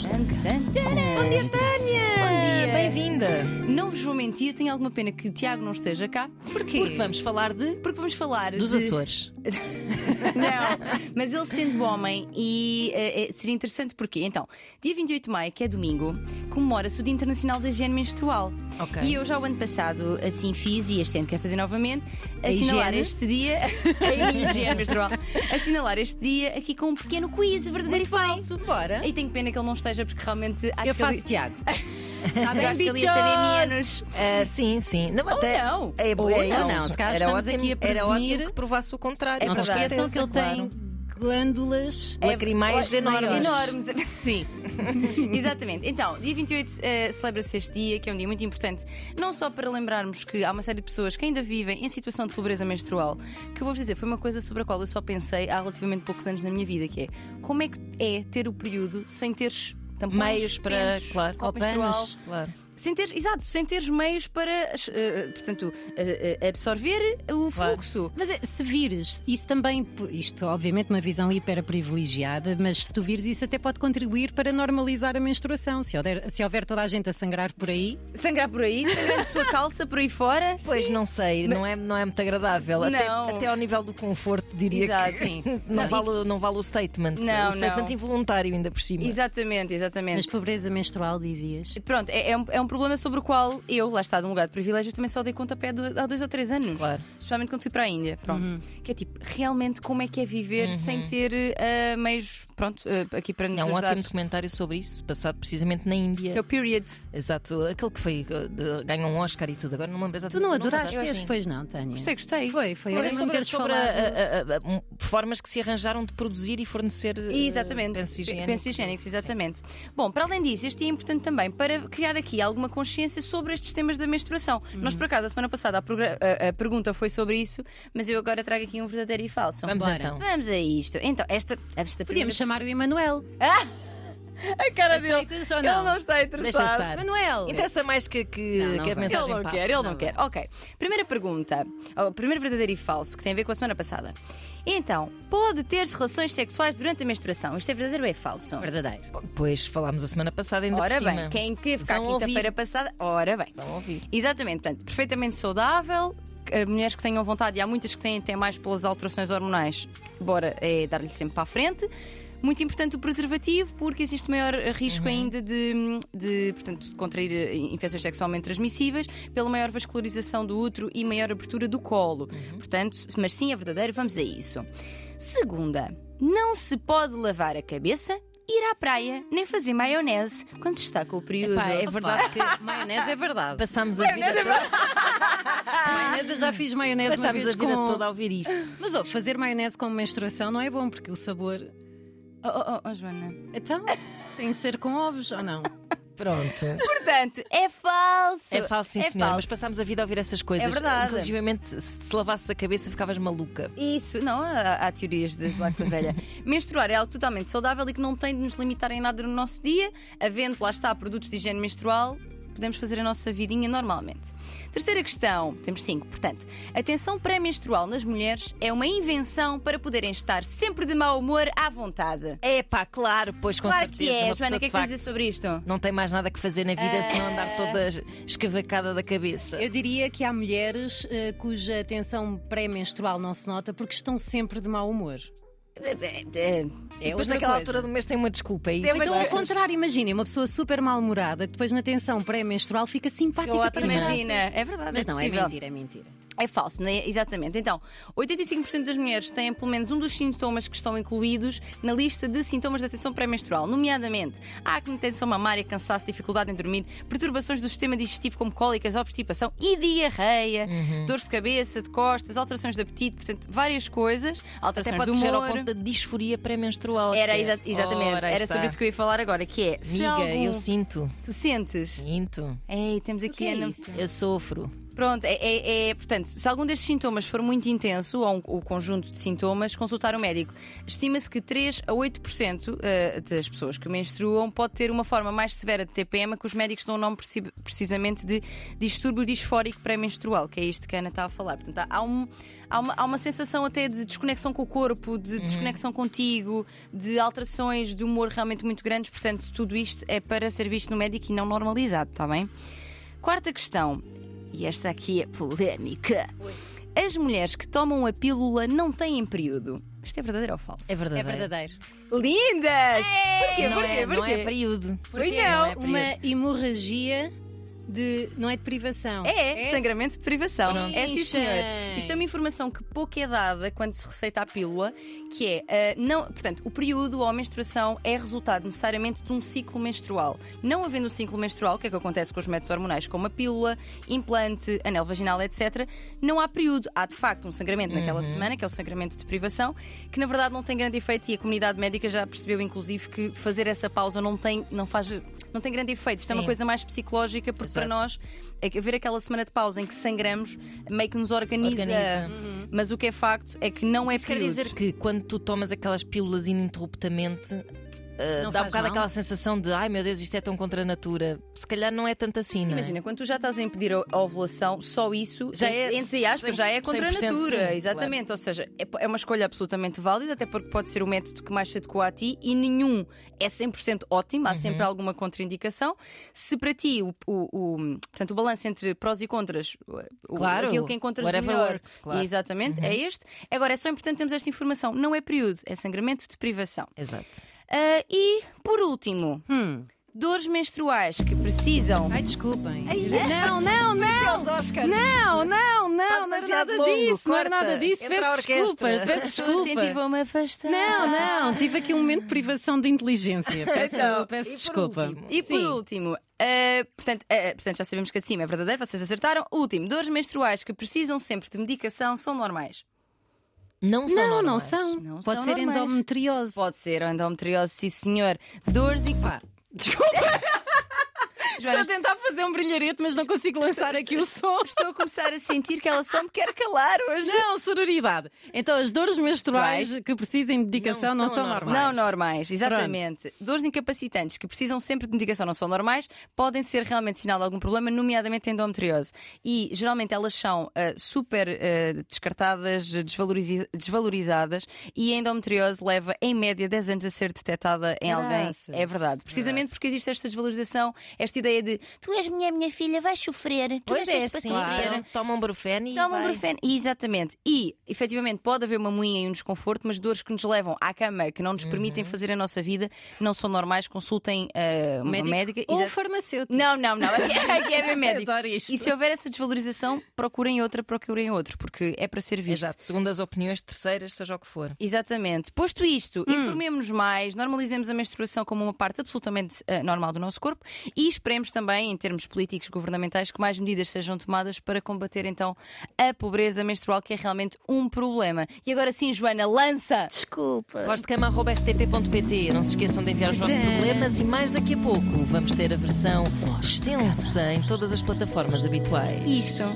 Bom dia, Tânia! Bom dia. Bem-vinda! Novo Jumentia, tenho alguma pena que Tiago não esteja cá. Porquê? Porque vamos falar de. Porque vamos falar Dos de- Açores. Não, mas ele sendo homem e eh, eh, seria interessante porque então, dia 28 de maio, que é domingo, comemora-se o Dia Internacional da Higiene Menstrual. Ok. E eu já o ano passado assim fiz e este ano quero fazer novamente, A assinalar higiene? este dia, a minha higiene menstrual, assinalar este dia aqui com um pequeno quiz verdadeiro e falso. Bora. E tenho pena que ele não esteja porque realmente acho Eu que faço ele... Tiago. Está bem, eu acho que ele ia saber bichos! menos. Ah, sim, sim. Não, até, não. É, Ou é não. isso. Se calhar Era estamos aqui ótimo, a era ótimo presumir. que provasse o É contrário. Não com se esqueçam certeza. que ele tem glândulas. Lacrimais enormes. Enormes. Sim. Exatamente. Então, dia 28 eh, celebra-se este dia, que é um dia muito importante, não só para lembrarmos que há uma série de pessoas que ainda vivem em situação de pobreza menstrual, que eu vou-vos dizer, foi uma coisa sobre a qual eu só pensei há relativamente poucos anos na minha vida, que é como é que é ter o período sem teres tampões, Meios para. pensos, claro. copo menstrual, Claro. sem teres, exato, sem teres meios para, eh, portanto, eh, eh, absorver o Claro. fluxo. Mas é, se vires, isso também, isto obviamente uma visão hiper privilegiada, mas se tu vires, isso até pode contribuir para normalizar a menstruação. Se houver, se houver toda a gente a sangrar por aí, Sangrar por aí, sangrar a sua calça por aí fora. Pois não sei, não, é, não é muito agradável. Até, Não. até ao nível do conforto, diria Exato, que sim. não, Não, vale, não vale o statement. Não, o statement não. involuntário, ainda por cima. Exatamente, É. exatamente. mas pobreza menstrual, dizias. Pronto, é, é um, é um problema sobre o qual eu, lá está, de um lugar de privilégio, também só dei conta a pé do- há dois ou três anos. Claro. Uhum. Especialmente quando fui para a Índia. Pronto. Que é tipo, realmente como é que é viver sem ter eh, meios, pronto, eh, aqui para nos Há um ajudar. ótimo documentário sobre isso, passado precisamente na Índia. Que é o period. Exato, aquele que foi eh, de- ganhou um Oscar e tudo. Agora não me lembro Tu exatamente. não o nome, mas adoraste acho que esse, sim. pois não, Tânia? Gostei, gostei. Foi, foi. Foi Olha, não sobre, teres sobre falado. né? a- a- a- um, formas que se arranjaram de produzir e fornecer eh, Exatamente. pensos higiênicos. higiênicos, exatamente. Bom, para além disso, este dia é importante também para criar aqui alguma consciência sobre estes temas da menstruação. Uhum. Nós, por acaso, a semana passada a, progra- a- a pergunta foi sobre isso, mas eu agora trago aqui um verdadeiro e falso. Vamos Bora. então. Vamos a isto. Então, esta, esta Podíamos chamar o Emanuel. A cara dele. Aceitas ou não? Ele não está Deixa interessado. estar. Manuel! Interessa mais que, que, Não, não que a vai. mensagem é? Ele é não passe. quer, ele não Não quer. Ok. Primeira pergunta. O primeiro verdadeiro e falso, que tem a ver com a semana passada. Então, pode ter relações sexuais durante a menstruação? Isto é verdadeiro ou é falso? Verdadeiro. Pois falámos a semana passada ainda Ora por bem, cima. quem é teve cá Vão ouvir. quinta-feira passada, ora bem. Vão ouvir. Exatamente, portanto, perfeitamente saudável. eh, Mulheres que tenham vontade, e há muitas que têm até mais pelas alterações hormonais, bora é dar-lhe sempre para a frente. Muito importante o preservativo, porque existe maior eh, risco Uhum. ainda de, de, portanto, de contrair eh, infecções sexualmente transmissíveis, pela maior vascularização do útero e maior abertura do colo. Uhum. Portanto, mas sim, é verdadeiro, vamos a isso. Segunda, não se pode lavar a cabeça, ir à praia, nem fazer maionese quando se está com o período. Epá, é verdade que Maionese é verdade. passámos a é vida toda, maionese eu já fiz maionese uma passámos vez a vida com... toda a ouvir isso. Mas ó, fazer maionese com menstruação não é bom porque o sabor. Oh, oh, oh, oh, Joana. Então, tem de ser com ovos ou não? Pronto. Portanto, é falso. É falso, sim, senhor. Mas falso. passámos a vida a ouvir essas coisas. É verdade. Inclusivamente, se te lavasses a cabeça, ficavas maluca. Isso, não, há, há teorias de Black Velha. Menstruar é algo totalmente saudável e que não tem de nos limitar em nada no nosso dia. Havendo, lá está, produtos de higiene menstrual, podemos fazer a nossa vidinha normalmente. Terceira questão, temos cinco, portanto, a tensão pré-menstrual nas mulheres é uma invenção para poderem estar sempre de mau humor à vontade. É pá, claro, pois com claro certeza. que é, uma Joana, pessoa o que é de que tens a facto dizer sobre isto? Não tem mais nada que fazer na vida senão andar toda escavacada da cabeça. Eu diria que há mulheres eh, cuja tensão pré-menstrual não se nota porque estão sempre de mau humor. E É depois outra naquela coisa. altura do mês tem uma desculpa, é isso? Tem uma Ou Então, ao achas? contrário, imaginem uma pessoa super mal-humorada que depois na tensão pré-menstrual fica simpática Eu para ótimo, caraças. Imagina, é verdade. Mas não, é possível. mentira, é mentira. É falso, né? exatamente. Então, 85% das mulheres têm pelo menos um dos sintomas que estão incluídos na lista de sintomas da tensão pré-menstrual, nomeadamente acne, tensão mamária, cansaço, dificuldade em dormir, perturbações do sistema digestivo como cólicas, obstipação e diarreia, dores de cabeça, de costas, alterações de apetite, portanto, várias coisas, Até alterações pode do chegar humor. ao ponto da disforia pré-menstrual. Era que é- exa- exatamente, Ora, era está. sobre isso que eu ia falar agora, que é se Miga, algum- eu sinto, tu sentes. sinto, Ei, temos O que aqui é a Ana. isso? eu sofro. Pronto, é, é- é- portanto, se algum destes sintomas for muito intenso, ou um- o conjunto de sintomas, consultar o médico. Estima-se que 3 a 8% eh, das pessoas que menstruam pode ter uma forma mais severa de TPM, que os médicos dão o nome preci- precisamente de distúrbio disfórico pré-menstrual, que é isto que a Ana está a falar. Portanto, há, um- há uma, há uma sensação até de desconexão com o corpo, de desconexão contigo, de alterações de humor realmente muito grandes. Portanto, tudo isto é para ser visto no médico e não normalizado, está bem? Quarta questão, e esta aqui é polémica. As mulheres que tomam a pílula não têm período. Isto é verdadeiro ou falso? É verdade. É verdadeiro. Lindas! Porquê? Não, é, Porquê? não é Porquê? período. Pois Não é não. período. Uma hemorragia de. não é de privação. É, sangramento de privação. Pronto. É sim, Ixi. senhor. Isto é uma informação que pouco é dada quando se receita a pílula, que é, ah, não, portanto, o período ou a menstruação é resultado necessariamente de um ciclo menstrual. Não havendo um ciclo menstrual, o que é que acontece com os métodos hormonais como a pílula, implante, anel vaginal, etc., não há período. Há, de facto, um sangramento naquela semana, que é o sangramento de privação, que na verdade não tem grande efeito e a comunidade médica já percebeu, inclusive, que fazer essa pausa não tem, não faz, não tem grande efeito. Isto é uma Sim. coisa mais psicológica, porque para Exato. nós nós é ver aquela semana de pausa em que sangramos meio que nos organiza. Organiza. Mas o que é facto é que não é Isso quer período. dizer que quando tu tomas aquelas pílulas ininterruptamente, eh, Não dá um faz bocado mal? aquela sensação de ai meu Deus, isto é tão contra a natura. Se calhar não é tanto assim, não é? Imagina, quando tu já estás a impedir a a ovulação, só isso Já en- é entre aspas, já é contra a 100% natura. sim, exatamente. Ou seja, é p- é uma escolha absolutamente válida, até porque pode ser o método que mais se adequa a ti e nenhum é 100% ótimo, há sempre Uhum. alguma contraindicação. Se para ti o, o- o- portanto, o balanço entre prós e contras, o, Claro, aquilo que encontras de whatever melhor, works, claro. Uhum. exatamente, é este. Agora é só importante termos esta informação. Não é período, é sangramento de privação. Exato. Ah, e por último, Hum. dores menstruais que precisam. Ai, desculpem. Não, não, não! Não, não, não, não é nada disso, não é nada disso. Peço desculpas, peço Estou a sentir, desculpa. vou-me afastar. Não, não, tive aqui um momento de privação de inteligência. Peço, Então, peço e por desculpa. último? E por Sim. último, eh, portanto, eh, portanto, já sabemos que a de cima é verdadeiro, vocês acertaram. Último, dores menstruais que precisam sempre de medicação são normais. Não são. Não, não normais. são. Não Pode são ser normais. endometriose. Pode ser endometriose, sim senhor. Dores e. Pá, Desculpa. Estou a tentar fazer um brilharete, mas não consigo lançar aqui o som. Estou a começar a sentir que ela só me quer calar hoje. Não, sororidade. Então, as dores menstruais que precisem de medicação não, Não são são normais. Não normais, exatamente. Dores incapacitantes que precisam sempre de medicação não são normais, podem ser realmente sinal de algum problema, nomeadamente a endometriose. E geralmente elas são ah, super ah, descartadas, desvalorizi- desvalorizadas, e a endometriose leva em média 10 anos a ser detectada em Caraças. alguém. É verdade. Precisamente porque existe esta desvalorização, esta ideia de tu és minha, minha filha, vais sofrer, tu Pois é, nasceste para sim. sofrer. Claro. Toma um brufeno e. Toma um vai. brufeno. Exatamente. E, efetivamente, pode haver uma moinha e um desconforto, mas dores que nos levam à cama, que não nos permitem Uhum. fazer a nossa vida, não são normais. Consultem ah, uma Médico médica. Ou Exa- farmacêutico. Não, não, não. Aqui é, aqui é bem médico. Adoro isto. E se houver essa desvalorização, procurem outra, procurem outro, porque é para ser visto. Exato, segundo as opiniões terceiras, seja o que for. Exatamente. Posto isto, informemos-nos mais, normalizemos a menstruação como uma parte absolutamente eh, normal do nosso corpo e esperemos também, em termos políticos governamentais, que mais medidas sejam tomadas para combater então a pobreza menstrual, que é realmente um problema. E agora sim, Joana, é lança! Desculpa. Voz de cama, arroba rtp.pt. Não se esqueçam de enviar os vossos problemas e mais daqui a pouco vamos ter a versão extensa em todas as plataformas habituais. Isto.